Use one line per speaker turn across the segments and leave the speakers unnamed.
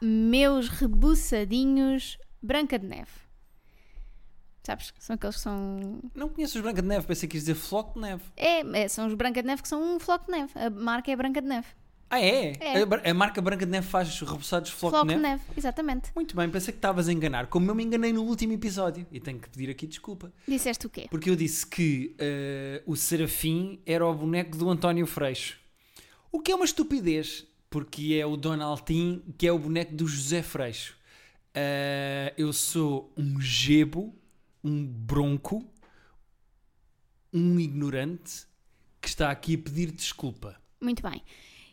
meus rebuçadinhos Branca de Neve. Sabes? São aqueles que são.
Não conheço os Branca de Neve, pensei que quis dizer floco de neve.
É, é, são os Branca de Neve que são um floco de neve. A marca é Branca de Neve.
Ah, é?
É.
A br- A, marca Branca de Neve faz reboçados floco,
Floco
de neve?
exatamente.
Muito bem, pensei que estavas a enganar, como eu me enganei no último episódio. E tenho que pedir aqui desculpa.
Disseste o quê?
Porque eu disse que eh, o Serafim era o boneco do António Freixo. O que é uma estupidez, porque é o Donaldin que é o boneco do José Freixo. Eh, eu sou um gebo, um bronco, um ignorante que está aqui a pedir desculpa.
Muito bem.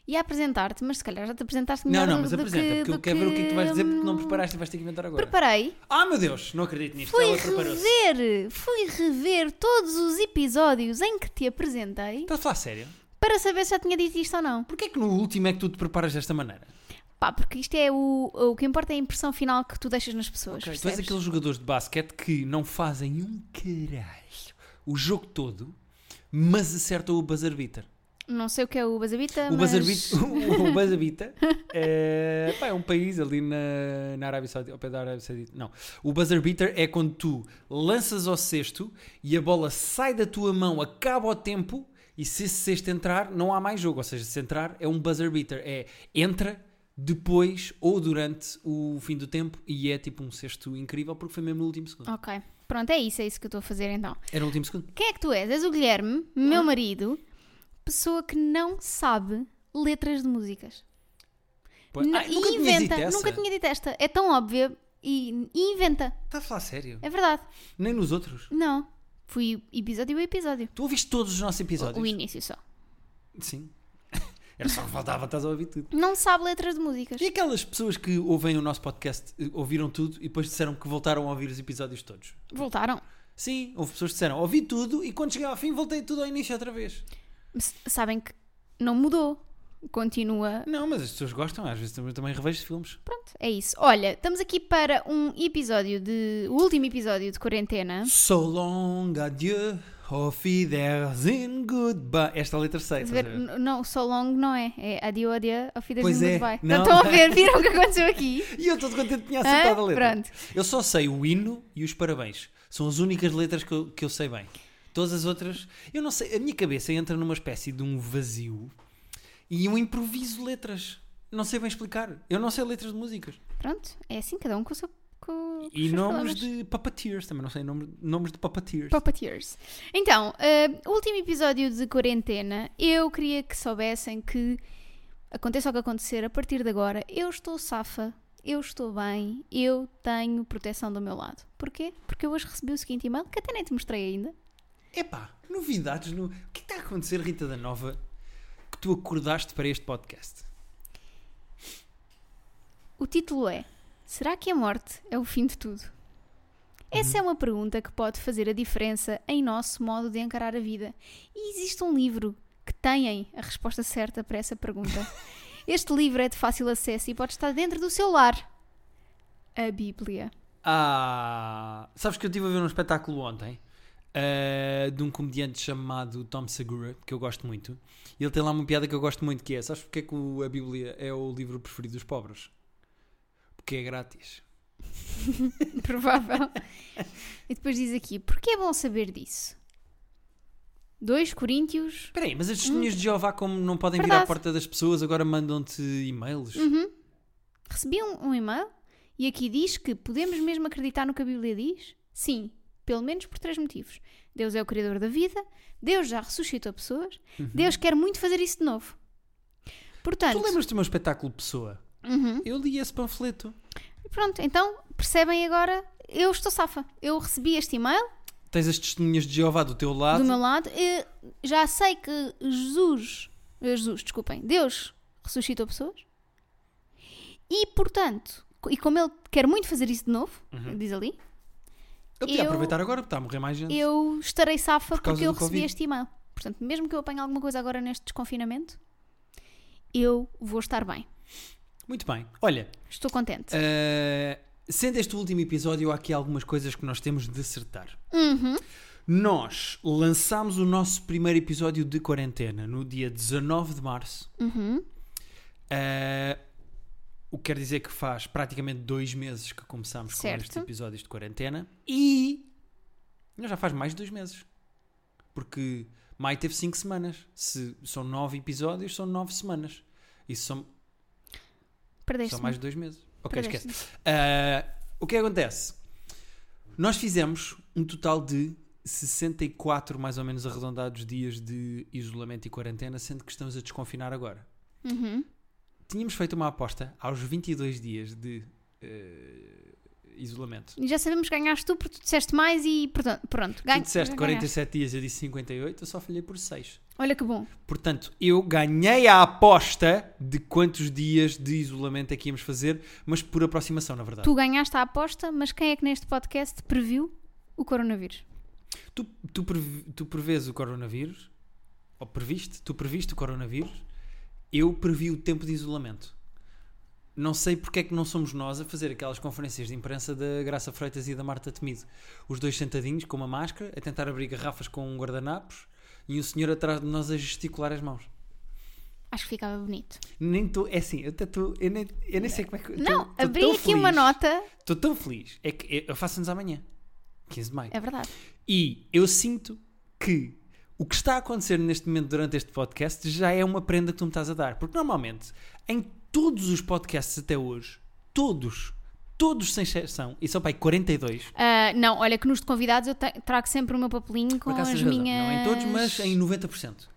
E a apresentar-te, mas se calhar já te apresentaste
Não,
melhor
não,
do-
mas
do que,
apresenta, porque eu
do
quero ver o que é que tu vais dizer porque não
hum,
preparaste e vais ter que inventar agora.
Preparei.
Ah, meu Deus, não acredito nisto.
Fui
Ela preparou-se.
rever, fui rever todos os episódios em que te apresentei
Estás a falar sério?
para saber se já tinha dito isto ou não.
Porquê é que no último é que tu te preparas desta maneira?
Pá, porque isto é o, o que importa é a impressão final que tu deixas nas pessoas.
Ok, tu és
percebes?
aqueles jogadores de basquete que não fazem um caralho o jogo todo, mas acertam o buzzer beater.
Não sei o que é o Basabita,
O
mas...
buzzer beater, o buzzer beater é, pá, é um país ali na, na Arábia Saudita, ao pé da Arábia Saudita. Não, o buzzer beater é quando tu lanças ao cesto e a bola sai da tua mão, acaba o tempo e se esse cesto entrar, não há mais jogo. Ou seja, se entrar é um buzzer beater, é entra depois ou durante o fim do tempo e é tipo um cesto incrível porque foi mesmo no último segundo.
Ok, pronto, é isso, é isso que eu estou a fazer então.
Era o último segundo.
Quem é que tu és? És o Guilherme, meu marido, pessoa que não sabe letras de músicas.
Pois-
Não-
Ai, ah, nunca
e
tinhas dito
inventa,
essa?
nunca tinha dito esta. É tão óbvia e, e inventa.
Está Tá a falar sério?
É verdade.
Nem nos outros.
Não. Fui episódio a episódio.
Tu ouviste todos os nossos episódios?
O início só.
Sim. Era só que faltava, estás a ouvir tudo.
Não sabe letras de músicas.
E aquelas pessoas que ouvem o nosso podcast, eh, ouviram tudo e depois disseram que voltaram a ouvir os episódios todos?
Voltaram.
Sim, houve pessoas que disseram, ouvi tudo e quando cheguei ao fim voltei tudo ao início outra vez.
S- Sabem que não mudou. Continua
Não, mas as pessoas gostam, às vezes também, também revejo filmes.
Pronto, é isso. Olha, estamos aqui para um episódio de. O último episódio de quarentena.
So long, adieu, auf Wiedersehen, goodbye. Esta letra sei.
Estás a
estás a
ver?
ver?
N- Não, so long não é. É adio, adio, auf
é. Pois
Wiedersehen,
é,
goodbye.
não.
Não estão a ver? Viram o que aconteceu aqui?
E eu estou contente que tinha acertado
Hã?
a letra.
Pronto.
Eu só sei o hino e os parabéns. São as únicas letras que eu, que eu sei bem. Todas as outras, eu não sei. A minha cabeça entra numa espécie de um vazio e um improviso de letras. Não sei bem explicar. Eu não sei letras de músicas.
Pronto, é assim, cada um com o seu. Com
E
os seus
nomes
problemas.
de puppeteers também. Não sei nome- nomes de puppeteers.
Puppeteers. Então, ah, último episódio de quarentena. Eu queria que soubessem que, aconteça o que acontecer, a partir de agora, eu estou safa, eu estou bem, eu tenho proteção do meu lado. Porquê? Porque eu hoje recebi o seguinte e-mail, que até nem te mostrei ainda.
Epá, novidades. No... O que está a acontecer, Rita da Nova, que tu acordaste para este podcast?
O título é Será que a morte é o fim de tudo? Essa é uma pergunta que pode fazer a diferença em nosso modo de encarar a vida. E existe um livro que tenham a resposta certa para essa pergunta. Este livro é de fácil acesso e pode estar dentro do seu lar. A Bíblia.
Ah, sabes que eu estive a ver um espetáculo ontem ah, de um comediante chamado Tom Segura, que eu gosto muito. E ele tem lá uma piada que eu gosto muito, que é: Sabes porque é que o- a Bíblia é o livro preferido dos pobres? Porque é grátis.
Provável. e depois diz aqui: Porquê é bom saber disso? 2 Coríntios.
Espera aí, mas as testemunhas de Jeová, como não podem vir à
Verdade.
porta das pessoas, agora mandam-te e-mails?
Uhum. Recebi um, um e-mail e aqui diz que podemos mesmo acreditar no que a Bíblia diz? Sim, pelo menos por três motivos. Deus é o Criador da vida, Deus já ressuscitou pessoas, Deus quer muito fazer isso de novo. Portanto,
Tu lembras-te do meu espetáculo Pessoa?
Uhum.
Eu li esse panfleto.
pronto, então percebem agora, eu estou safa. Eu recebi este e-mail
Tens as testemunhas de Jeová do teu lado.
do meu lado, e já sei que Jesus, eh, Jesus, desculpem, Deus ressuscitou pessoas e portanto, co- e como ele quer muito fazer isso de novo, diz ali,
Eu podia
eu-
aproveitar agora, porque está a morrer mais gente.
eu estarei safa
causa
porque eu
do
recebi
Covid.
este e-mail. Portanto, mesmo que eu apanhe alguma coisa agora neste desconfinamento, eu vou estar bem.
Muito bem. Olha,
Estou contente.
Uh, sendo este o último episódio, há aqui algumas coisas que nós temos de acertar.
Uhum.
Nós lançámos o nosso primeiro episódio de quarentena no dia 19 de março.
Uhum.
Uh, O que quer dizer que faz praticamente dois meses que começámos com
Certo.
estes episódios de quarentena e não, já faz mais de dois meses. Porque maio teve cinco semanas. Se são nove episódios, são nove semanas. Isso são,
Perdeste.
são mais de dois meses. Ok, esquece.
Perdeste.
Ah, o que é que acontece? Nós fizemos um total de 64, mais ou menos arredondados, dias de isolamento e quarentena, sendo que estamos a desconfinar agora.
Uhum.
Tínhamos feito uma aposta aos 22 dias de eh, isolamento.
E Já sabemos que ganhaste tu porque tu disseste mais e portanto, pronto. Ganha,
Tu disseste
ganhaste.
47 dias, eu disse 58, eu só falhei por 6.
Olha que bom.
Portanto, eu ganhei a aposta de quantos dias de isolamento é que íamos fazer, mas por aproximação, na verdade.
Tu ganhaste a aposta, mas quem é que neste podcast previu o coronavírus?
Tu, tu, prev- tu prevês o coronavírus, ou previste, tu previste o coronavírus, eu previ o tempo de isolamento. Não sei porque é que não somos nós a fazer aquelas conferências de imprensa da Graça Freitas e da Marta Temido. Os dois sentadinhos, com uma máscara, a tentar abrir garrafas com um guardanapos e um senhor atrás de nós a gesticular as mãos.
Acho que ficava bonito.
Nem tu, é assim, eu, até tô- eu nem, eu nem sei como é que.
Não, abri aqui uma nota.
Estou tão feliz. É que eu- eu faço-nos amanhã, 15 de maio.
É verdade.
E eu sinto que o que está a acontecer neste momento durante este podcast já é uma prenda que tu me estás a dar. Porque normalmente, em todos os podcasts até hoje, todos, todos sem exceção, e são pai 42.
Ah, não, olha que nos de convidados eu te- trago sempre o meu papelinho com
por acaso
as
tens razão.
minhas.
Não em todos, mas em 90%.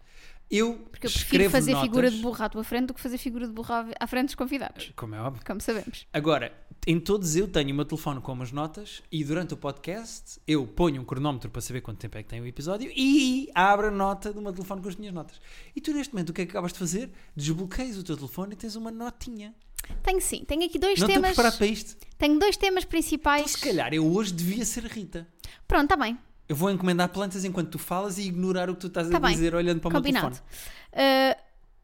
Eu,
Porque eu prefiro
escrevo
fazer
notas,
figura de burro à tua frente do que fazer figura de burro à- à frente dos convidados.
Como é óbvio.
Como sabemos.
Agora, em todos eu tenho o meu telefone com umas notas e durante o podcast eu ponho um cronómetro para saber quanto tempo é que tem o episódio e abro a nota do meu telefone com as minhas notas. E tu neste momento o que é que acabas de fazer? Desbloqueias o teu telefone e tens uma notinha.
Tenho sim, tenho aqui dois
Não estou
temas.
preparado para isto.
Tenho dois temas
Então,
principais.
se calhar eu hoje devia ser Rita.
Pronto, está bem.
Eu vou encomendar plantas enquanto tu falas e ignorar o que tu estás
Tá
a
bem.
dizer olhando para o meu
Combinado.
telefone.
Ah,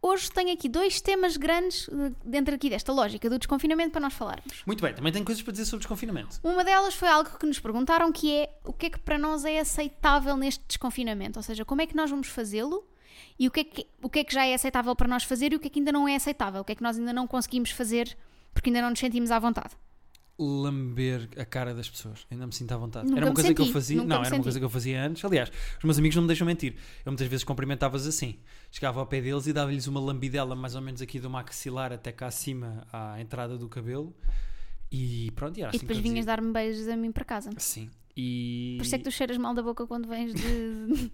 hoje tenho aqui dois temas grandes eh, dentro aqui desta lógica do desconfinamento para nós falarmos.
Muito bem, também tenho coisas para dizer sobre desconfinamento.
Uma delas foi algo que nos perguntaram que é o que é que para nós é aceitável neste desconfinamento, ou seja, como é que nós vamos fazê-lo e o que, é que, o que é que já é aceitável para nós fazer e o que é que ainda não é aceitável, o que é que nós ainda não conseguimos fazer porque ainda não nos sentimos à vontade.
lamber a cara das pessoas. Ainda me sinto à vontade.
Nunca
era uma
me
coisa que eu
senti,
fazia.
nunca me
Não, era uma
senti.
coisa que eu fazia antes. Aliás, os meus amigos não me deixam mentir. Eu muitas vezes cumprimentava-os assim. Chegava ao pé deles e dava-lhes uma lambidela mais ou menos aqui do maxilar até cá acima à entrada do cabelo. E pronto, e era
e
assim
depois
que eu
vinhas
dizia.
dar-me beijos a mim para casa.
Sim. E
Por isso é que tu cheiras mal da boca quando vens de.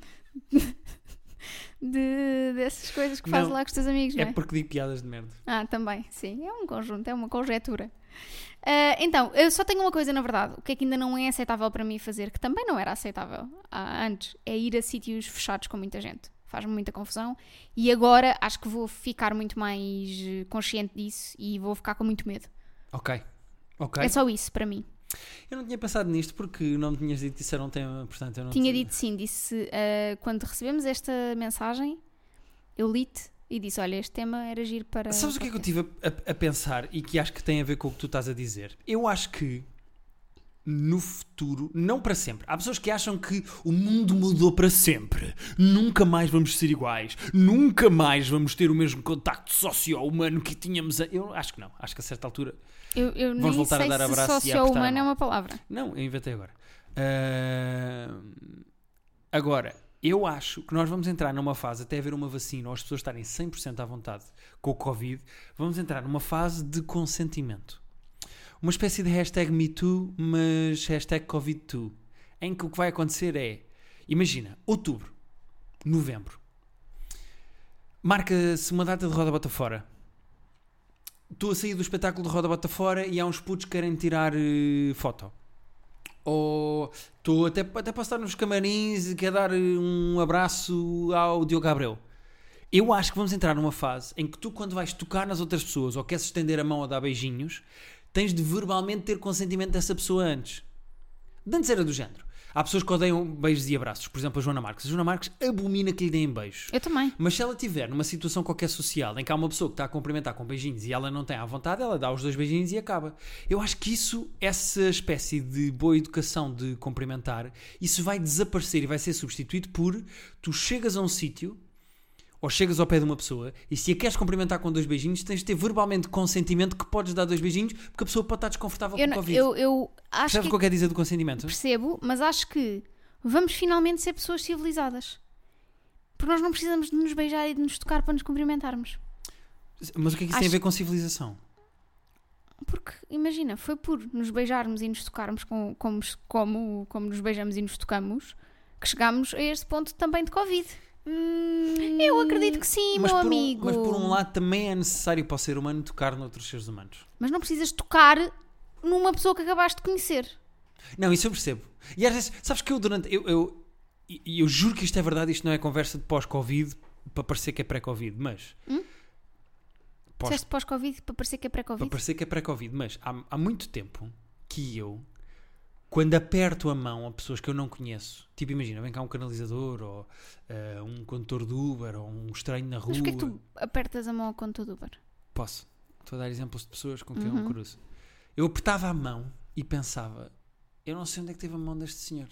de- dessas coisas que fazes
Não.
lá com os teus amigos, não
é
é?
porque digo piadas de merda.
Ah, também, sim. É um conjunto, é uma conjetura. Ah, então, eu só tenho uma coisa, na verdade. O que é que ainda não é aceitável para mim fazer, que também não era aceitável há- antes, é ir a sítios fechados com muita gente. Faz-me muita confusão. E agora acho que vou ficar muito mais eh, consciente disso e vou ficar com muito medo.
Ok. Ok.
É só isso para mim.
Eu não tinha pensado nisto porque não me tinhas dito isso era um tema, portanto eu não
Tinha
te-
dito sim, disse ah, quando recebemos esta mensagem, eu li-te e disse: Olha, este tema era giro para.
Sabes o que é que eu estive a, a- a pensar e que acho que tem a ver com o que tu estás a dizer? Eu acho que no futuro, não para sempre, há pessoas que acham que o mundo mudou para sempre, nunca mais vamos ser iguais, nunca mais vamos ter o mesmo contacto socio-humano que tínhamos. A... Eu acho que não, acho que a certa altura.
Eu, eu
Vamos
nem
voltar a
sei
dar
se
abraço e a apertar a
socio-humano é
mão.
uma palavra.
Não, eu inventei agora. Ah, agora, eu acho que nós vamos entrar numa fase, até haver uma vacina ou as pessoas estarem 100% à vontade com o Covid, vamos entrar numa fase de consentimento. Uma espécie de hashtag MeToo, mas hashtag CovidToo, em que o que vai acontecer é, imagina, outubro, novembro, marca-se uma data de roda bota fora. Estou a sair do espetáculo de roda bota fora e há uns putos que querem tirar eh, foto. Ou estou até, até posso estar nos camarins e quero dar eh, um abraço ao Diogo Gabriel. Eu acho que vamos entrar numa fase em que tu, quando vais tocar nas outras pessoas ou queres estender a mão ou dar beijinhos, tens de verbalmente ter consentimento dessa pessoa antes. De Antes era do género. Há pessoas que odeiam beijos e abraços. Por exemplo, a Joana Marques. A Joana Marques abomina que lhe deem beijos.
Eu também.
Mas se ela tiver numa situação qualquer social em que há uma pessoa que está a cumprimentar com beijinhos e ela não tem à vontade, ela dá os dois beijinhos e acaba. Eu acho que isso, essa espécie de boa educação de cumprimentar, isso vai desaparecer e vai ser substituído por tu chegas a um sítio, ou chegas ao pé de uma pessoa e se a queres cumprimentar com dois beijinhos, tens de ter verbalmente consentimento que podes dar dois beijinhos porque a pessoa pode estar desconfortável
Eu,
com o
não-
Covid.
eu, eu acho
Percebes
que
o que eu quero dizer do consentimento?
percebo, mas acho que vamos finalmente ser pessoas civilizadas. Porque nós não precisamos de nos beijar e de nos tocar para nos cumprimentarmos.
Mas o que é que isso tem
Acho-
a ver com civilização?
Porque, imagina, foi por nos beijarmos e nos tocarmos com, como, como, como nos beijamos e nos tocamos que chegámos a este ponto também de Covid. Eu acredito que sim,
Hum.
meu
mas, por um,
amigo.
mas por um lado também é necessário para o ser humano tocar noutros seres humanos.
Mas não precisas tocar numa pessoa que acabaste de conhecer.
Não, isso eu percebo. E às vezes, sabes que eu durante. Eu, eu, e- e eu juro que isto é verdade, isto não é conversa de pós-Covid para parecer que é pré-Covid, mas. Pós-
Disseste pós-Covid para parecer que é
Para
pré-Covid.
parecer que é pré-Covid, mas há, há muito tempo que eu, quando aperto a mão a pessoas que eu não conheço, tipo, imagina, vem cá um canalizador ou eh, um condutor de Uber ou um estranho na rua.
Mas porquê é que tu apertas a mão ao conta do Uber?
Posso. Estou a dar exemplos de pessoas com quem eu me cruzo. Eu apertava a mão e pensava: eu não sei onde é que teve a mão deste senhor.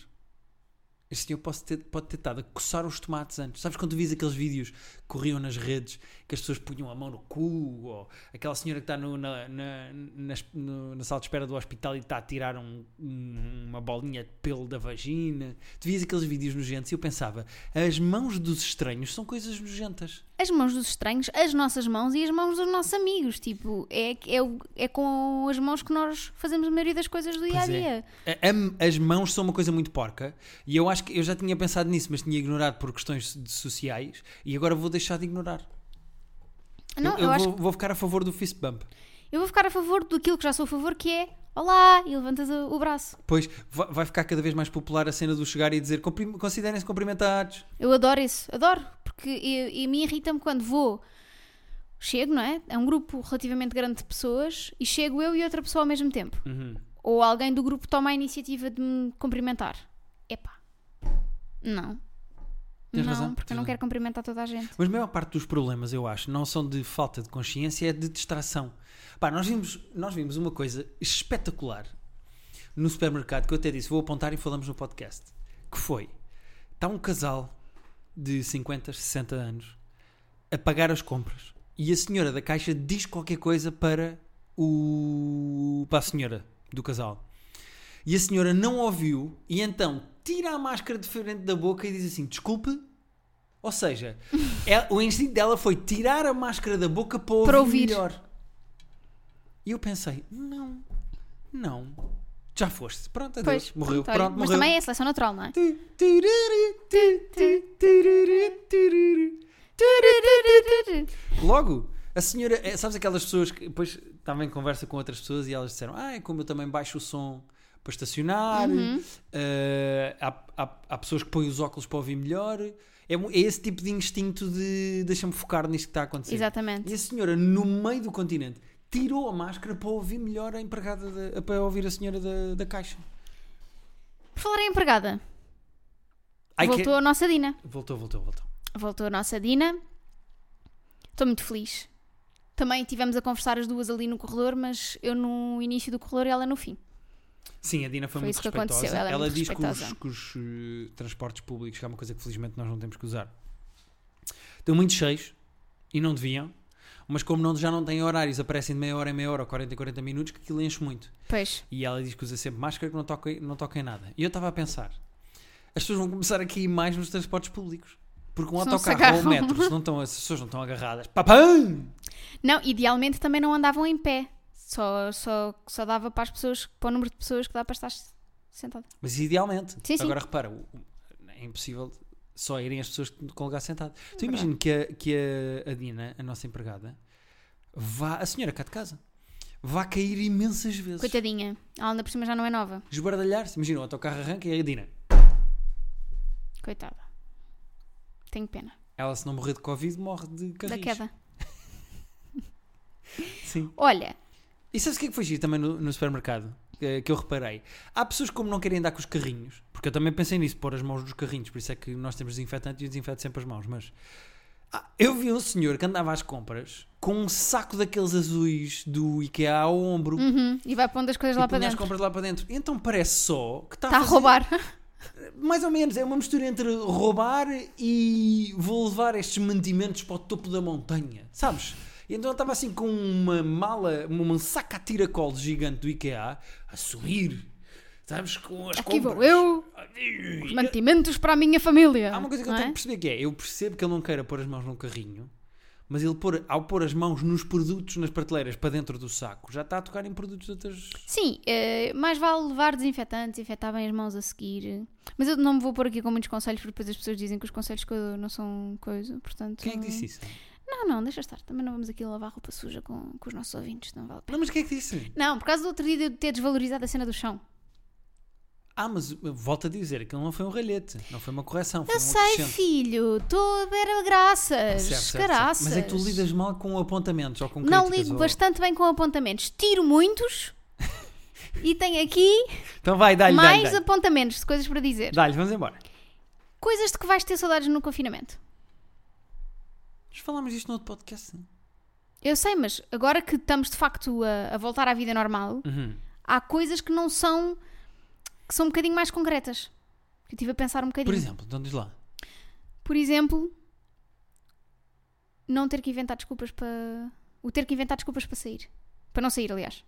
Este senhor pode ter, pode ter estado a coçar os tomates antes. Sabes quando tu vis aqueles vídeos que corriam nas redes que as pessoas punham a mão no cu ou aquela senhora que está no- na, na, nas- no- na sala de espera do hospital e está a tirar um- um- uma bolinha de pelo da vagina? Tu vias aqueles vídeos nojentos e eu pensava: as mãos dos estranhos são coisas nojentas.
As mãos dos estranhos, as nossas mãos e as mãos dos nossos amigos. Tipo, é, é, o- é com as mãos que nós fazemos a maioria das coisas do dia a
Pois é.
dia.
A- am- as mãos são uma coisa muito porca e eu acho que eu já tinha pensado nisso, mas tinha ignorado por questões de- sociais e agora vou deixar de ignorar.
Não, eu,
eu
acho
vou, vou ficar a favor do fist bump.
Eu vou ficar a favor daquilo que já sou a favor, que é Olá! E levantas o o braço.
Pois va- vai ficar cada vez mais popular a cena do chegar e dizer "Comprim- considerem-se cumprimentados.
Eu adoro isso, adoro, porque eu- e a mim irrita-me quando vou. Chego, não é? É um grupo relativamente grande de pessoas e chego eu e outra pessoa ao mesmo tempo. Ou alguém do grupo toma a iniciativa de me cumprimentar. Epá. Não.
Tens
não,
razão,
porque eu
tens
não
razão.
quero cumprimentar toda a gente.
Mas a maior parte dos problemas, eu acho, não são de falta de consciência, é de distração. Pá, nós vimos, nós vimos uma coisa espetacular no supermercado que eu até disse, vou apontar e falamos no podcast. Que foi: está um casal de 50, 60 anos a pagar as compras e a senhora da caixa diz qualquer coisa para, o, para a senhora do casal. E a senhora não ouviu e então tira a máscara de frente da boca e diz assim: desculpe. Ou seja, ela- o instinto dela foi tirar a máscara da boca para ouvir,
Para ouvir.
melhor. E eu pensei: não, não, já foste. Pronto, adeus.
Pois,
morreu.
pronto, olha,
Pronto,
Mas
morreu.
também é seleção natural, não é?
Logo, a senhora, eh, sabes aquelas pessoas que depois estavam em conversa com outras pessoas e elas disseram: Ah, é como eu também baixo o som para estacionar,
Uhum.
eh, há, há- há pessoas que põem os óculos para ouvir melhor. É, mu- é esse tipo de instinto de deixa-me focar nisto que está a acontecer.
Exatamente.
E a senhora, no meio do continente, tirou a máscara para ouvir melhor a empregada, da- para ouvir a senhora da, da caixa.
Por falar em empregada,
Ai, que-
voltou a nossa Dina.
voltou, voltou, voltou.
voltou a nossa Dina. Estou muito feliz. Também tivemos a conversar as duas ali no corredor, mas eu no início do corredor e ela no fim.
Sim, a Dina foi,
Foi
muito
isso que
respeitosa.
aconteceu, ela é muito
diz que os,
respeitosa.
que os, eh, transportes públicos, que é uma coisa que felizmente nós não temos que usar, estão muito cheios e não deviam, mas como não, já não têm horários, aparecem de meia hora em meia hora, ou 40 em 40 minutos, que aquilo enche muito.
Pois.
E ela diz que usa sempre máscara, que não toca, não toca em nada. E eu estava a pensar, as pessoas vão começar aqui mais nos transportes públicos. Porque um
Se não se
autocarro ou um
agarram.
metro, se não estão, as pessoas não estão agarradas, papam!
Não, idealmente também não andavam em pé. Só, só, só dava para as pessoas, para o número de pessoas que dá para estar sentado.
Mas idealmente.
Sim, sim.
Agora repara, o- o- é impossível só irem as pessoas com lugar sentado.
É
Tu imagina que, a, que a, a Dina, a nossa empregada, vá, a senhora cá de casa, vá cair imensas vezes.
Coitadinha, ela ainda por cima já não é nova.
Esbardalhar-se. Imagina, o autocarro arranca e a Dina.
Coitada. Tenho pena.
Ela, se não morrer de Covid, morre de
Da
carris.
queda.
Sim.
Olha,
E sabes o que é que foi giro também no, no supermercado? Que, que eu reparei. Há pessoas que, como não querem andar com os carrinhos, porque eu também pensei nisso, pôr as mãos nos carrinhos, por isso é que nós temos desinfetante e eu desinfeto sempre as mãos, mas. Ah, eu vi um senhor que andava às compras com um saco daqueles azuis do IKEA ao ombro tipo,
uhum, e vai pondo as coisas
e
lá para
punha as
dentro.
compras lá para dentro. Então parece só que está
Está a
fazer-
roubar.
Mais ou menos, é uma mistura entre roubar e vou levar estes mantimentos para o topo da montanha, sabes? E então eu estava assim com uma mala, uma saca a tiracolo gigante do IKEA, a sorrir, sabes? Com as
Aqui vou
compras.
eu, mantimentos para a minha família.
Há uma coisa que eu
não
tenho
é?
que perceber que é, eu percebo que ele não queira pôr as mãos num carrinho, mas ele pôr, ao pôr as mãos nos produtos, nas prateleiras, para dentro do saco, já está a tocar em produtos de outras...
Sim, eh, mais vale levar desinfetantes, infectar bem as mãos a seguir. Mas eu não me vou pôr aqui com muitos conselhos, porque depois as pessoas dizem que os conselhos que eu dou não são coisa, portanto...
Quem é que disse isso?
Não, não, deixa estar. Também não vamos aqui lavar roupa suja com, com os nossos ouvintes, não vale a pena.
Não, mas quem é que disse?
Não, por causa do outro dia de eu ter desvalorizado a cena do chão.
Ah, mas uh, volto a dizer, aquilo não foi um ralhete, não foi uma correção, foi
Eu
um
Tá sei,
acrescento.
filho, tu era graças,
Certo, certo, certo.
caraças.
Mas é que tu lidas mal com apontamentos ou com
Não
críticas,
lido
ou-
bastante bem com apontamentos. Tiro muitos e tenho aqui
Então vai, dá-lhe,
mais
dá-lhe, dá-lhe.
apontamentos de coisas para dizer.
Dá-lhe, vamos embora.
Coisas de que vais ter saudades no confinamento.
Nós falámos disto no outro podcast. hein?
Eu sei, mas agora que estamos de facto a, a voltar à vida normal,
Uhum.
há coisas que não são. que são um bocadinho mais concretas. Que eu estive a pensar um bocadinho.
Por exemplo, então diz lá.
Por exemplo, não ter que inventar desculpas para. o ter que inventar desculpas para sair. Para não sair, aliás.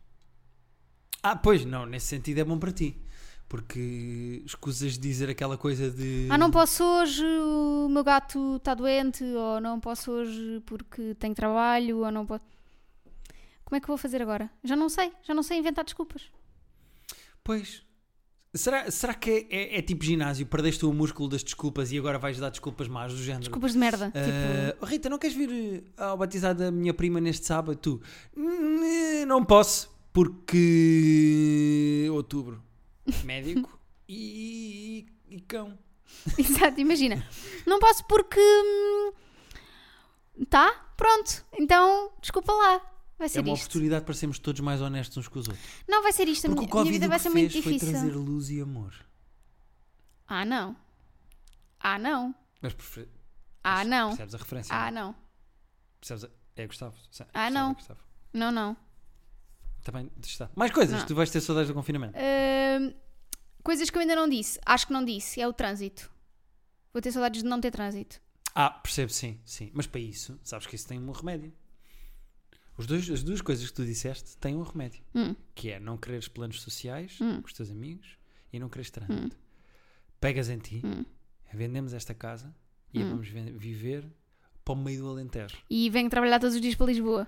Ah, pois, não, nesse sentido é bom para ti. Porque escusas de dizer aquela coisa de.
Ah, não posso hoje, o meu gato está doente, ou não posso hoje porque tenho trabalho, ou não posso. Como é que vou fazer agora? Já não sei, já não sei inventar desculpas.
Pois. Será, será que é, é- é tipo ginásio? Perdeste o músculo das desculpas e agora vais dar desculpas más do género?
Desculpas de merda. Tipo,
Ah, oh, Rita, não queres vir eh, ao batizado da minha prima neste sábado? Tu? "Hum, eh, Não posso, porque. é Outubro. Médico e, e- e cão.
exato, imagina. Não posso porque. hum, Tá? Pronto. Então, desculpa lá. Vai
É
ser
uma
isto.
oportunidade para sermos todos mais honestos uns com os outros.
Não vai ser isto. A
Porque
minha,
o
minha
Covid
vida
o
vai
que
ser
fez
muito
foi
difícil.
trazer luz e amor.
Ah, não. Ah, não.
Mas prefe-
Ah, não.
percebes a referência?
Ah, não.
Percebes a- É Gustavo. Sa-
Ah,
Gustavo,
não.
é Gustavo.
Não, não.
Também está. Mais coisas,
Não.
tu vais ter saudades do confinamento.
Ahm, Hum, coisas que eu ainda não disse. Acho que não disse. É o trânsito. Vou ter saudades de não ter trânsito.
Ah, percebo, sim, sim. Mas para isso, sabes que isso tem um remédio. Os dois, as duas coisas que tu disseste têm um remédio.
Hum.
Que é não quereres planos sociais
Hum.
com os teus amigos e não quereres trânsito. Pegas em ti, vendemos esta casa e a vamos ven- viver para o meio do Alentejo.
E venho trabalhar todos os dias para Lisboa.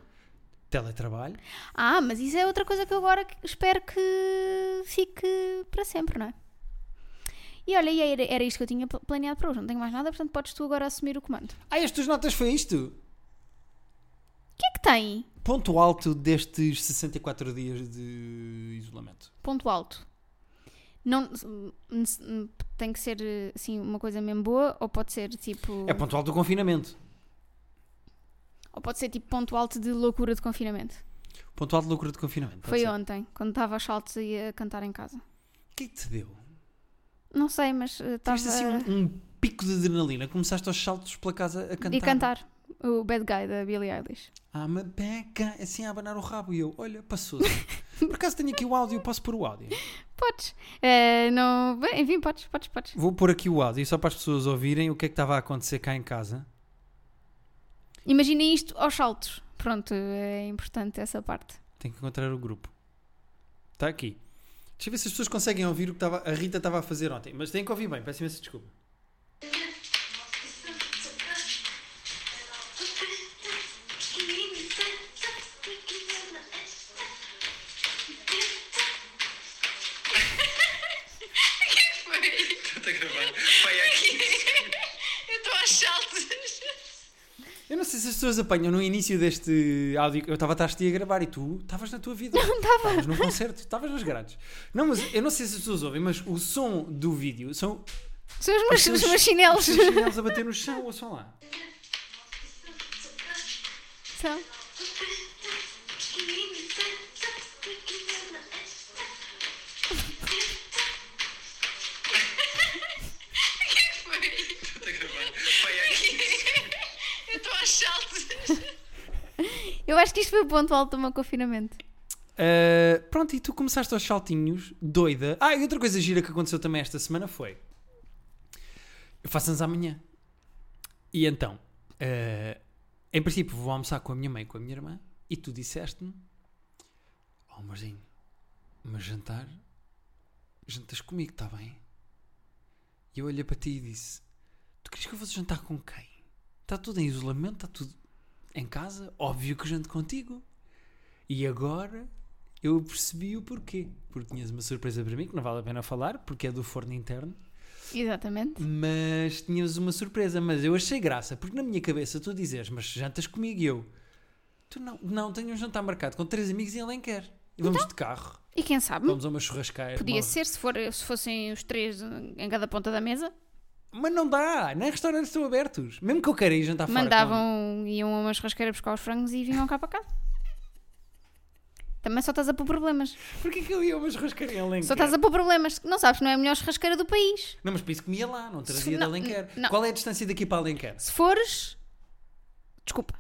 Teletrabalho.
Ah, mas isso é outra coisa que eu agora que- espero que fique para sempre, não é? E olha, e era, era isto que eu tinha pl- planeado para hoje. Não tenho mais nada, portanto podes tu agora assumir o comando.
Ah, as tuas notas foi isto?
O que é que tem?
Ponto alto destes 64 dias de isolamento.
Ponto alto. Não, tem que ser assim uma coisa mesmo boa ou pode ser tipo.
É ponto alto do confinamento.
Ou pode ser tipo ponto alto de loucura de confinamento.
Ponto alto de loucura de confinamento. pode
Foi
ser.
ontem, quando estava aos saltos e a cantar em casa.
O que é que te deu?
Não sei, mas eh, estava
Tiveste assim um, um pico de adrenalina. Começaste aos saltos pela casa a um, cantar. Ah,
e cantar o Bad Guy da Billie Eilish.
I'm a bad guy, assim a abanar o rabo. E eu, olha, passou-se. Por acaso tenho aqui o áudio, posso pôr o áudio?
Podes. Eh, não... bem, Enfim, podes, podes, podes.
Vou pôr aqui o áudio só para as pessoas ouvirem o que é que estava a acontecer cá em casa.
Imaginem isto aos saltos. Pronto, é importante essa parte.
Tenho que encontrar o grupo. Está aqui. Deixa eu ver se as pessoas conseguem ouvir o que estava- a Rita estava a fazer ontem. Mas têm que ouvir bem, peço imensa desculpa.
Está a gravar. Vai aqui. Eu estou às saltas.
Eu não sei se as pessoas apanham no início deste áudio. Eu estava atrás de ti a gravar e tu estavas na tua vida. Não estava. Estavas num concerto, estavas nas grades. Não, mas eu não sei se as pessoas ouvem, mas o som do vídeo são
São os meus,
os teus-
os meus chinelos.
os teus chinelos a bater no chão, ouçam lá.
São.
Está a gravar. Vai aqui. Eu estou às saltas.
Eu acho que isto foi o ponto alto do meu confinamento.
Eh, Uh, pronto, e tu começaste aos saltinhos, doida. Ah, e outra coisa gira que aconteceu também esta semana foi: Eu faço anos amanhã. E então, eh, em princípio, vou almoçar com a minha mãe e com a minha irmã. E tu disseste-me: Oh, amorzinho, mas jantar, jantas comigo, está bem? E eu olhei para ti e disse: Tu queres que eu fosse jantar com quem? Está tudo em isolamento, está tudo em casa? Óbvio que janto contigo. E agora eu percebi o porquê. Porque tinhas uma surpresa para mim, que não vale a pena falar, porque é do forno interno.
Exatamente.
Mas tínhamos uma surpresa, mas eu achei graça, porque na minha cabeça tu dizes, mas jantas comigo e eu. Tu não, não, tenho um jantar marcado com três amigos e ele nem quer. E vamos de carro,
E quem sabe?
vamos a uma churrasqueira.
Então? Podia
uma-
ser se, for, se fossem os três em cada ponta da mesa.
Mas não dá, nem restaurantes estão abertos. Mesmo que eu queira ir jantar fora. com-
Mandavam, um, iam a uma churrasqueira buscar os frangos e vinham cá para cá. Também só estás a pôr problemas.
Porquê que eu ia a uma churrasqueira em Alenquer?
Só estás a pôr problemas. Não sabes, não é a melhor churrasqueira do país.
Não, mas para isso comia lá, não trazia de
não-
Alenquer.
não.
Qual é a distância daqui para Alenquer?
Se fores. Desculpa.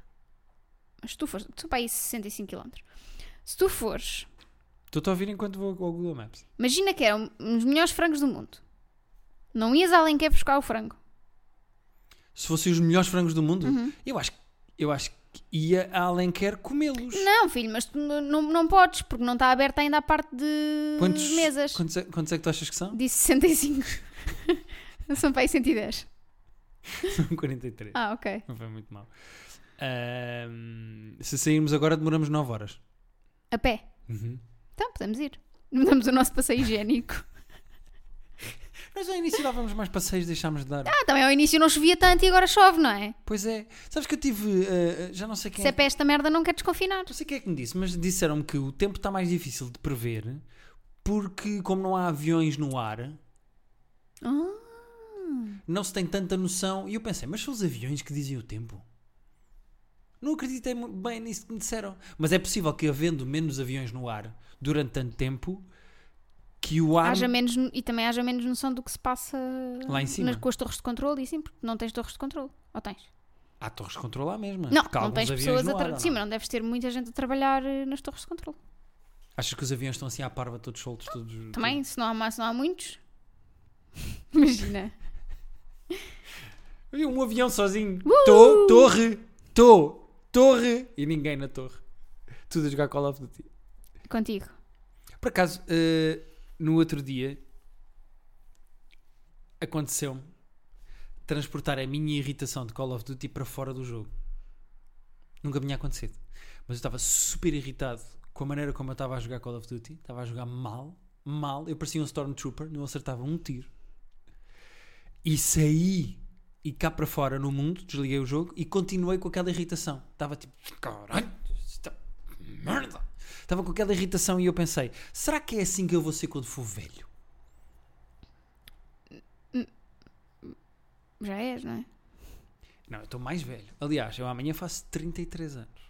Mas se tu fores. Tu para aí 65 km. Se tu fores.
Estou-te a ouvir enquanto vou ao Google Maps.
Imagina que eram os melhores frangos do mundo. Não ias a Alenquer buscar o frango.
Se fossem os melhores frangos do mundo,
Uhum.
eu, acho, eu acho que ia a Alenquer comê-los.
Não, filho, mas tu n- não, não podes, porque não está aberta ainda a parte de
Quantos,
mesas.
Quantos, é- quantos é que tu achas que são?
Disse 65. São para aí 110.
São 43.
Ah, ok.
Não foi muito mal. Ahm, se sairmos agora, demoramos 9 horas.
A pé. Então, podemos ir. Mudamos o nosso passeio higiênico.
Nós ao início dávamos mais passeios, deixámos de dar.
Ah, também ao início não chovia tanto e agora chove, não é?
Pois é. Sabes que eu tive. ah, ah, já não sei quem.
Se é para esta merda, não quer desconfinar.
Não sei quem é que me disse, mas disseram-me que o tempo está mais difícil de prever porque, como não há aviões no ar,
Ah.
não se tem tanta noção. E eu pensei, mas são os aviões que dizem o tempo? Não acreditei mu- bem nisso que me disseram. Mas é possível que, havendo menos aviões no ar durante tanto tempo, que o ar.
Haja menos, no- e também haja menos noção do que se passa
Lá em cima.
nas- com as torres de controle e assim, porque não tens torres de controle. Ou tens?
Há torres de controle lá mesmo.
não,
porque há
não
alguns
tens
aviões
pessoas
no
a
ar, ou
trabalhar.
não?
Sim, mas não deves ter muita gente a trabalhar eh, nas torres de controle.
Achas que os aviões estão assim à parva, todos soltos, todos.
Também, se não há, mais- se não há muitos. Imagina.
Havia um avião sozinho.
Uh!
Tô, torre, tô, torre. E ninguém na torre. Tudo a jogar Call of Duty.
Contigo.
Por acaso, eh, no outro dia aconteceu-me transportar a minha irritação de Call of Duty para fora do jogo. Nunca me tinha acontecido. Mas eu estava super irritado com a maneira como eu estava a jogar Call of Duty. Estava a jogar mal, mal. Eu parecia um Stormtrooper, não acertava um tiro. E saí e cá para fora no mundo, desliguei o jogo e continuei com aquela irritação. Estava tipo, caralho, esta merda. Estava com aquela irritação e eu pensei, será que é assim que eu vou ser quando for velho?
Já és, não é?
Não, eu estou mais velho. Aliás, eu amanhã faço 33 anos.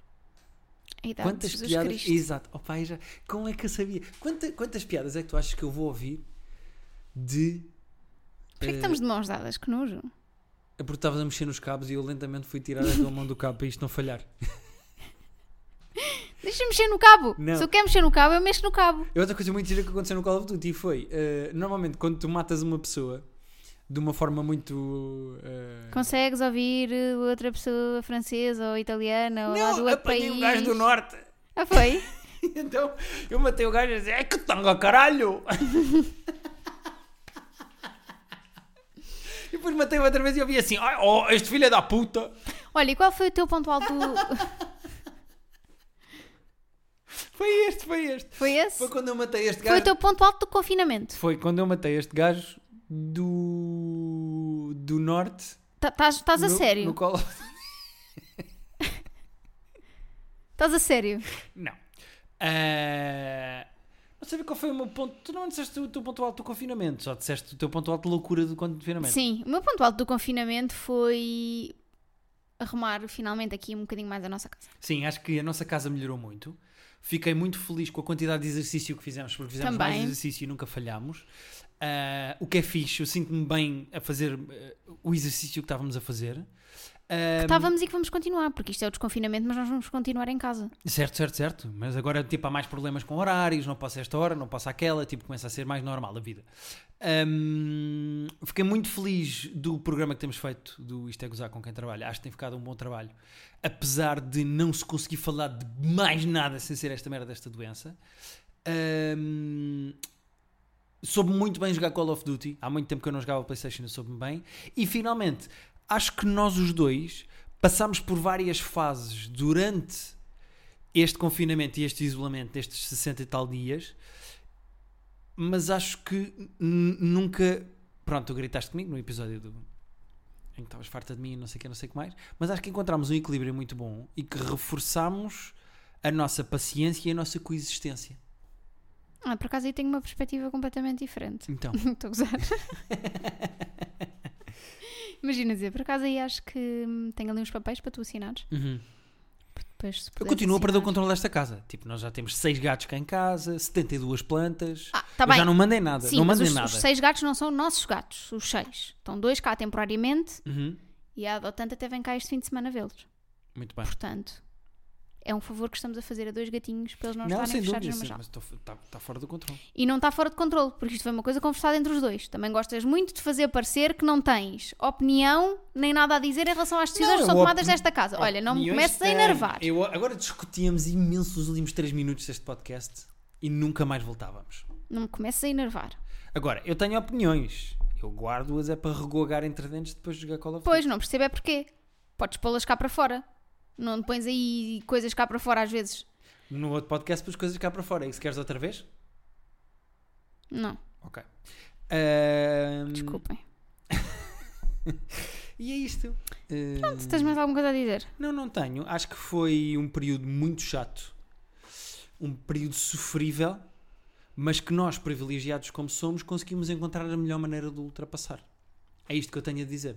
A idade
Quantas
de Jesus
piadas.
Cristo.
Exato. Oh, pai, já... Como é que eu sabia? Quanta- quantas piadas é que tu achas que eu vou ouvir de.
Porquê
eh,
que estamos de mãos dadas? Que nojo.
É porque estavas a mexer nos cabos e eu lentamente fui tirar a tua mão do cabo para isto não falhar.
Deixa-me mexer no cabo.
Não.
Se eu quero mexer no cabo, eu mexo no cabo.
E Outra coisa muito gira que aconteceu no Call of Duty foi: eh, normalmente quando tu matas uma pessoa de uma forma muito. eh,
Consegues ouvir eh, outra pessoa francesa ou italiana ou lá do
não,
outro
apanhei
país?
o gajo do norte.
Ah, foi?
Então eu matei o gajo e disse: É que tanga, caralho! e depois matei outra vez e eu vi assim: "Ai, oh, este filho é da puta!
Olha, e qual foi o teu ponto alto?
Foi este, foi este.
Foi esse?
Foi quando eu matei este
Foi
gajo.
o teu ponto alto do confinamento.
Foi quando eu matei este gajo do. do norte.
Estás Tá, a
no-
sério?
No colo.
Estás a sério?
Não. Ah, Não sabia qual foi o meu ponto. Tu não disseste o teu ponto alto do confinamento, só disseste o teu ponto alto de loucura do confinamento.
Sim, o meu ponto alto do confinamento foi arrumar finalmente aqui um bocadinho mais a nossa casa.
Sim, acho que a nossa casa melhorou muito. Fiquei muito feliz com a quantidade de exercício que fizemos, porque fizemos
Também.
mais exercício e nunca falhámos. eh, Ah, o que é fixe, eu sinto-me bem a fazer ah, o exercício que estávamos a fazer. Ahm,
Estávamos e que vamos continuar, porque isto é o desconfinamento, mas nós vamos continuar em casa.
Certo, certo, certo. Mas agora tipo, há mais problemas com horários, não passa esta hora, não passa aquela, tipo, começa a ser mais normal a vida. Hum, fiquei muito feliz do programa que temos feito, do Isto é Gozar com quem trabalha. Acho que tem ficado um bom trabalho. Apesar de não se conseguir falar de mais nada sem ser esta merda desta doença. Hum, soube muito bem jogar Call of Duty. Há muito tempo que eu não jogava Playstation, eu soube-me bem. E finalmente, acho que nós os dois passámos por várias fases durante este confinamento e este isolamento destes 60 e tal dias, mas acho que n- nunca. Pronto, tu gritaste comigo no episódio do. em que estavas farta de mim e não sei o que, não sei o que mais, mas acho que encontramos um equilíbrio muito bom e que reforçámos a nossa paciência e a nossa coexistência.
Ah, por acaso aí tenho uma perspectiva completamente diferente.
Então,
Estou a gozar. Imagina dizer, por acaso aí acho que hum, tenho ali uns papéis para tu assinares.
uhum.
Depois, se
eu
puderes
continuo a perder o
assinar.
controle desta casa. Tipo, nós já temos seis gatos cá em casa, 72 plantas.
Ah, tá
eu
bem.
já não mandei nada,
Sim,
não
mas
mandei
os,
nada.
os seis gatos não são nossos gatos, os seis. Estão dois cá temporariamente
Uhum.
e a adotante até vem cá este fim de semana vê-los.
Muito bem.
Portanto, é um favor que estamos a fazer a dois gatinhos para eles não,
Não,
estarem
sem
fechados
dúvida,
numa
sim,
jaula.
mas está tá fora do controle.
E não está fora de controle, porque isto foi uma coisa conversada entre os dois. Também gostas muito de fazer parecer que não tens opinião nem nada a dizer em relação às decisões
Não,
que são
eu
tomadas
op-
nesta casa. Olha, não me
Opiniões
comeces a
tem.
enervar.
Eu- agora discutíamos imenso os últimos 3 minutos deste podcast e nunca mais voltávamos.
Não me comeces a enervar.
Agora, eu tenho opiniões. Eu guardo-as é para regogar entre dentes depois de jogar Call of Duty.
Pois, não percebo é porquê. Podes pô-las cá para fora. Não pões aí coisas cá para fora às vezes.
No outro podcast pus coisas cá para fora. E se queres outra vez?
Não,
Ok. Ahm,
desculpem.
E é isto. Ahm,
Se tens mais alguma coisa a dizer?
Não, não tenho. Acho que foi um período muito chato, um período sofrível, mas que nós, privilegiados como somos, conseguimos encontrar a melhor maneira de o ultrapassar. É isto que eu tenho a dizer.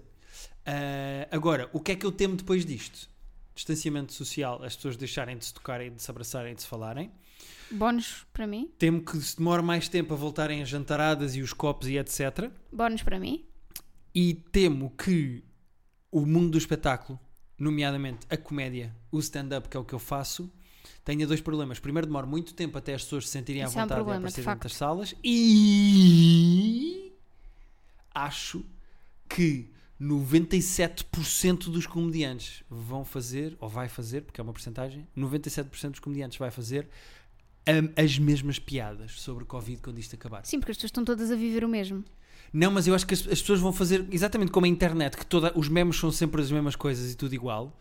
Ah, agora, o que é que eu temo depois disto? Distanciamento social, as pessoas deixarem de se tocarem, de se abraçarem, de se falarem.
Bónus para mim?
Temo que se demore mais tempo a voltarem as jantaradas e os copos e etc.
Bónus para mim?
E temo que o mundo do espetáculo, nomeadamente a comédia, o stand-up, que é o que eu faço, tenha dois problemas. Primeiro, demora muito tempo até as pessoas se sentirem à
Isso é um
vontade de
problema,
aparecer
de
dentro
facto.
das salas. E acho que 97% dos comediantes vão fazer, ou vai fazer, porque é uma porcentagem, 97% dos comediantes vai fazer hum, as mesmas piadas sobre Covid quando isto acabar.
Sim, porque as pessoas estão todas a viver o mesmo.
Não, mas eu acho que as, as pessoas vão fazer exatamente como a internet, que toda, os memes são sempre as mesmas coisas e tudo igual.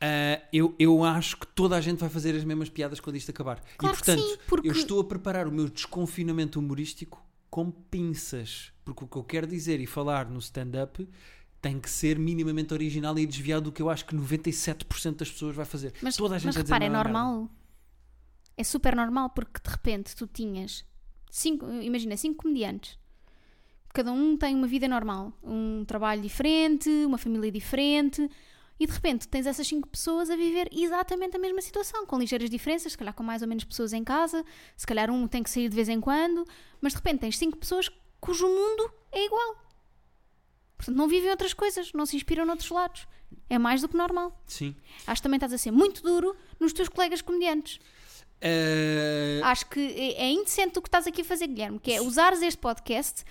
ah, eu, eu acho que toda a gente vai fazer as mesmas piadas quando isto acabar.
Claro
e
que
portanto,
sim, porque-
eu estou a preparar o meu desconfinamento humorístico com pinças. Porque o que eu quero dizer e falar no stand-up tem que ser minimamente original e desviado do que eu acho que 97% das pessoas vai fazer.
Mas,
toda a gente
mas
a dizer
repara, é
a mesma merda.
normal. É super normal porque de repente tu tinhas cinco, imagina, cinco comediantes. Cada um tem uma vida normal, um trabalho diferente, uma família diferente, e de repente tens essas cinco pessoas a viver exatamente a mesma situação, com ligeiras diferenças, se calhar com mais ou menos pessoas em casa, se calhar um tem que sair de vez em quando, mas de repente tens cinco pessoas cujo mundo é igual. Portanto, não vivem outras coisas, não se inspiram noutros lados. É mais do que normal.
Sim.
Acho que também estás a ser muito duro nos teus colegas comediantes.
Ah,
Acho que é é indecente o que estás aqui a fazer, Guilherme, que é usares este podcast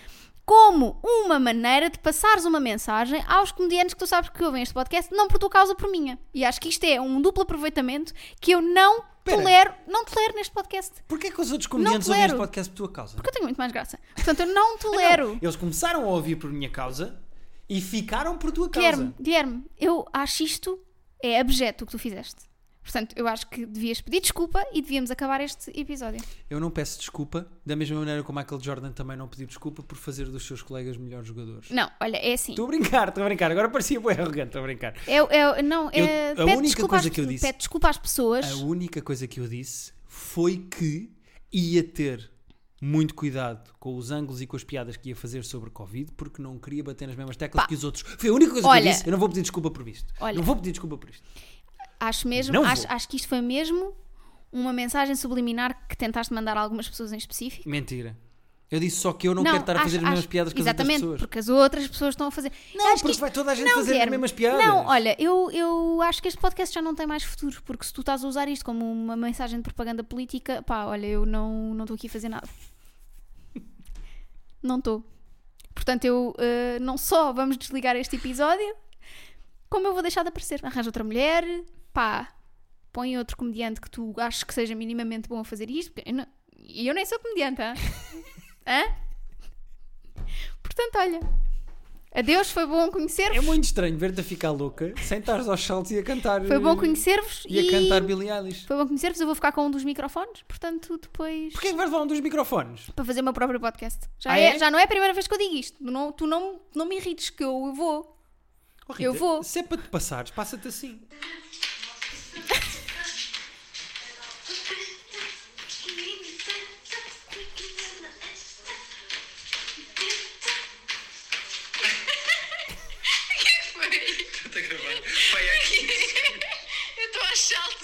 como uma maneira de passares uma mensagem aos comediantes que tu sabes que ouvem este podcast, não por tua causa, por minha. E acho que isto é um duplo aproveitamento que eu não
Pera.
tolero, não tolero neste podcast.
Porquê é que os outros comediantes ouvem
tolero.
este podcast por tua causa?
Porque eu tenho muito mais graça. Portanto, eu não tolero.
Eles começaram a ouvir por minha causa e ficaram por tua
Guilherme,
causa.
Guilherme, eu acho isto é abjeto o que tu fizeste. Portanto, eu acho que devias pedir desculpa e devíamos acabar este episódio.
Eu não peço desculpa, da mesma maneira que o Michael Jordan também não pediu desculpa por fazer dos seus colegas melhores jogadores.
Não, olha, é assim.
Estou a brincar, estou a brincar. Agora parecia bem arrogante, estou a brincar.
Eu, eu, não,
Eu-
é,
a
pede
única
desculpa
coisa
às-
que eu disse-
Pede desculpa às pessoas.
A única coisa que eu disse foi que ia ter muito cuidado com os ângulos e com as piadas que ia fazer sobre Covid, porque não queria bater nas mesmas teclas
Pá.
que os outros. Foi a única coisa que
Olha.
eu disse. Eu não vou pedir desculpa por isto.
Olha.
Não vou pedir desculpa por isto.
Acho mesmo,
Não
acho,
vou.
acho que isto foi mesmo uma mensagem subliminar que tentaste mandar a algumas pessoas em específico.
Mentira. Eu disse só que eu não, quero estar a
acho-
fazer as mesmas
acho-
piadas que as outras
Exatamente,
pessoas.
porque as outras pessoas estão a fazer.
Não,
acho que
porque
isto-
vai toda a gente
Não,
fazer as
Guilherme,
mesmas piadas.
Não, olha, eu, eu acho que este podcast já não tem mais futuro, porque se tu estás a usar isto como uma mensagem de propaganda política, pá, olha, eu não não estou aqui a fazer nada. Não estou. Portanto, eu eh, não só vamos desligar este episódio, como eu vou deixar de aparecer. Arranja outra mulher, pá, põe outro comediante que tu aches que seja minimamente bom a fazer isto, porque eu não- e eu nem sou comediante, hã? Hã? Portanto, olha. Adeus, foi bom conhecer-vos.
É muito estranho ver-te a ficar louca sem estares aos saltos e a cantar.
Foi bom
eh,
conhecer-vos
E
e,
a cantar Billie Eilish.
foi bom conhecer-vos. Eu vou ficar com um dos microfones, portanto, depois
Porquê que vais levar um dos microfones?
para fazer o meu próprio podcast. Já,
Ah,
é?
é?
já não é a primeira vez que eu digo isto. Tu não, tu não, não me irrites que eu vou.
Oh,
Eu vou.
Se é para te passares, passa-te assim.
Pai, aqui. Eu estou aos saltos.